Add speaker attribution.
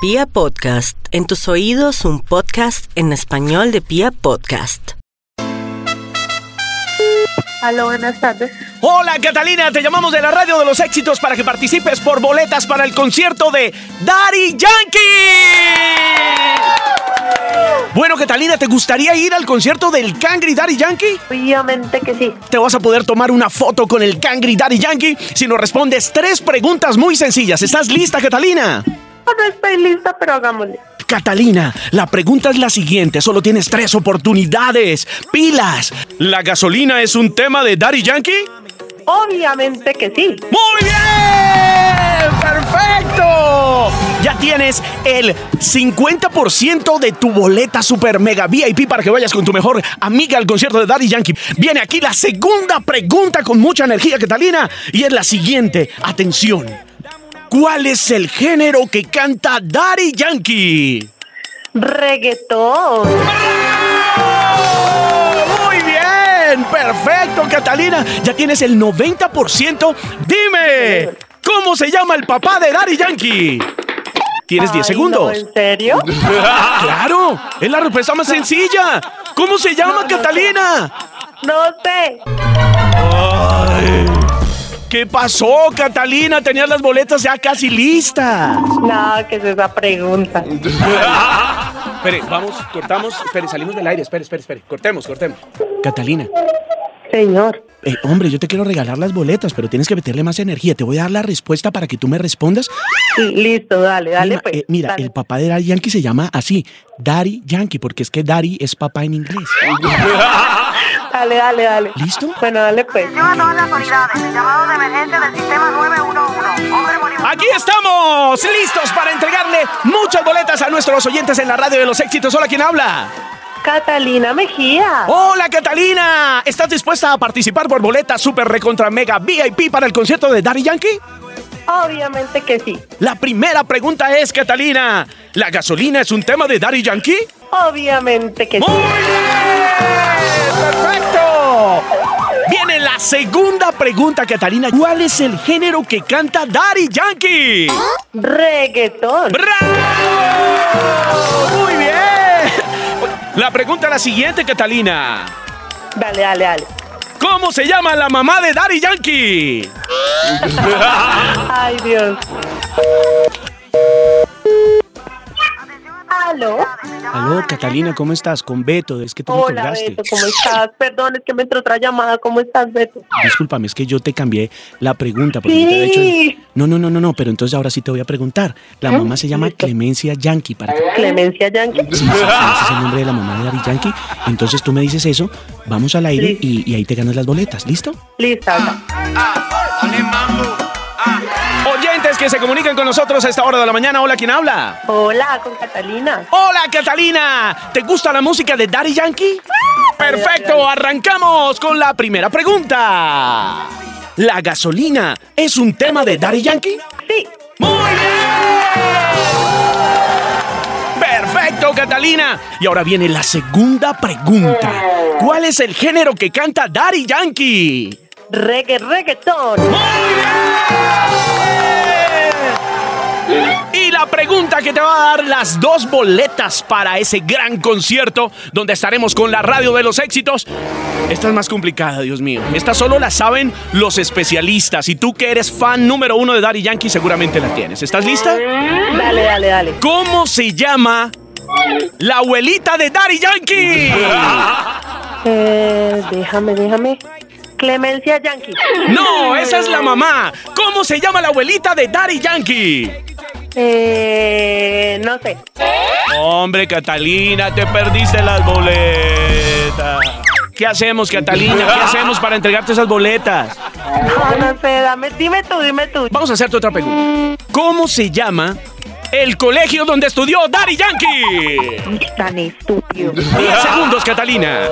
Speaker 1: Pia Podcast, en tus oídos un podcast en español de Pia Podcast.
Speaker 2: Aló, buenas tardes.
Speaker 3: Hola Catalina, te llamamos de la radio de los éxitos para que participes por boletas para el concierto de Daddy Yankee. Bueno Catalina, ¿te gustaría ir al concierto del Cangri Daddy Yankee?
Speaker 2: Obviamente que sí.
Speaker 3: Te vas a poder tomar una foto con el Cangri Daddy Yankee si nos respondes tres preguntas muy sencillas. ¿Estás lista Catalina?
Speaker 2: No estoy lista, pero hagámosle.
Speaker 3: Catalina, la pregunta es la siguiente, solo tienes tres oportunidades. Pilas. ¿La gasolina es un tema de Daddy Yankee?
Speaker 2: Obviamente que sí.
Speaker 3: ¡Muy bien! ¡Perfecto! Ya tienes el 50% de tu boleta super mega VIP para que vayas con tu mejor amiga al concierto de Daddy Yankee. Viene aquí la segunda pregunta con mucha energía, Catalina, y es la siguiente. Atención. ¿Cuál es el género que canta Daddy Yankee?
Speaker 2: Reggaetón.
Speaker 3: ¡Muy bien! Perfecto, Catalina. Ya tienes el 90%. Dime, ¿cómo se llama el papá de Daddy Yankee? Tienes 10
Speaker 2: Ay, no,
Speaker 3: segundos.
Speaker 2: ¿En serio?
Speaker 3: ¡Claro! Es la respuesta más sencilla. ¿Cómo se llama, Catalina?
Speaker 2: No sé.
Speaker 3: ¿Qué pasó, Catalina? Tenías las boletas ya casi listas.
Speaker 2: Nada, que es esa pregunta.
Speaker 3: Espere, vamos, cortamos. Espere, salimos del aire. Espere, espere, espere. Cortemos, cortemos. Catalina,
Speaker 2: Señor.
Speaker 3: Eh, hombre, yo te quiero regalar las boletas, pero tienes que meterle más energía. Te voy a dar la respuesta para que tú me respondas.
Speaker 2: Sí, listo, dale, dale.
Speaker 3: Mira,
Speaker 2: Pues,
Speaker 3: eh, mira,
Speaker 2: Dale.
Speaker 3: el papá de Daddy Yankee se llama así, Daddy Yankee, porque es que Daddy es papá en inglés.
Speaker 2: Dale, dale, dale.
Speaker 3: ¿Listo?
Speaker 2: Bueno, dale pues.
Speaker 4: Lleva todas las unidades. Llamado de emergencia del sistema 911. Hombre moribundo.
Speaker 3: Aquí estamos, listos para entregarle muchas boletas a nuestros oyentes en la radio de los éxitos. Hola, ¿quién habla?
Speaker 2: Catalina Mejía.
Speaker 3: Hola, Catalina. ¿Estás dispuesta a participar por boletas super recontra mega VIP para el concierto de Daddy Yankee?
Speaker 2: Obviamente que sí.
Speaker 3: La primera pregunta es, Catalina, ¿la gasolina es un tema de Daddy Yankee?
Speaker 2: Obviamente que
Speaker 3: ¡Muy
Speaker 2: sí.
Speaker 3: bien! ¡Perfecto! Viene la segunda pregunta, Catalina. ¿Cuál es el género que canta Daddy Yankee?
Speaker 2: Reggaetón.
Speaker 3: ¡Bravo! ¡Muy bien! La pregunta es la siguiente, Catalina.
Speaker 2: Dale, dale, dale.
Speaker 3: ¿Cómo se llama la mamá de Daddy Yankee?
Speaker 2: Ay, Dios. Aló.
Speaker 3: Aló, Catalina, ¿cómo estás? Con Beto, es que tú me
Speaker 2: Hola,
Speaker 3: colgaste.
Speaker 2: Beto, ¿cómo estás? Perdón, es que me entró otra llamada. ¿Cómo estás, Beto?
Speaker 3: Discúlpame, es que yo te cambié la pregunta porque yo te había hecho.
Speaker 2: Sí.
Speaker 3: No, no, no, no, no, pero entonces ahora sí te voy a preguntar. La mamá se llama Clemencia Yankee para que
Speaker 2: Clemencia Yankee.
Speaker 3: Sí, sí, sí, ese es el nombre de la mamá de Daddy Yankee. Entonces tú me dices eso, vamos al aire y, y ahí te ganas las boletas, ¿listo?
Speaker 2: Lista, habla.
Speaker 3: Oyentes que se comunican con nosotros a esta hora de la mañana, hola, ¿quién habla?
Speaker 2: Hola, con Catalina.
Speaker 3: Hola, Catalina, ¿te gusta la música de Daddy Yankee? Perfecto, arrancamos con la primera pregunta. ¿La gasolina es un tema de Daddy Yankee?
Speaker 2: Sí,
Speaker 3: ¡Muy bien! Perfecto, Catalina. Y ahora viene la segunda pregunta. ¿Cuál es el género que canta Daddy Yankee?
Speaker 2: reggae, reggaetón.
Speaker 3: Y la pregunta que te va a dar las dos boletas para ese gran concierto donde estaremos con la radio de los éxitos. Esta es más complicada, Dios mío. Esta solo la saben los especialistas y tú que eres fan número uno de Daddy Yankee seguramente la tienes. ¿Estás lista?
Speaker 2: Dale, dale, dale.
Speaker 3: ¿Cómo se llama la abuelita de Daddy Yankee?
Speaker 2: Eh, déjame, déjame. Clemencia Yankee.
Speaker 3: No, esa es la mamá. ¿Cómo se llama la abuelita de Daddy Yankee?
Speaker 2: Eh, no sé.
Speaker 3: Hombre, Catalina, te perdiste las boletas. ¿Qué hacemos, Catalina? ¿Qué hacemos para entregarte esas boletas?
Speaker 2: No, Ah, no sé, dame, dime tú, dime tú.
Speaker 3: Vamos a hacerte otra pregunta. ¿Cómo se llama el colegio donde estudió Daddy Yankee?
Speaker 2: Tan estúpido.
Speaker 3: Diez segundos, Catalina.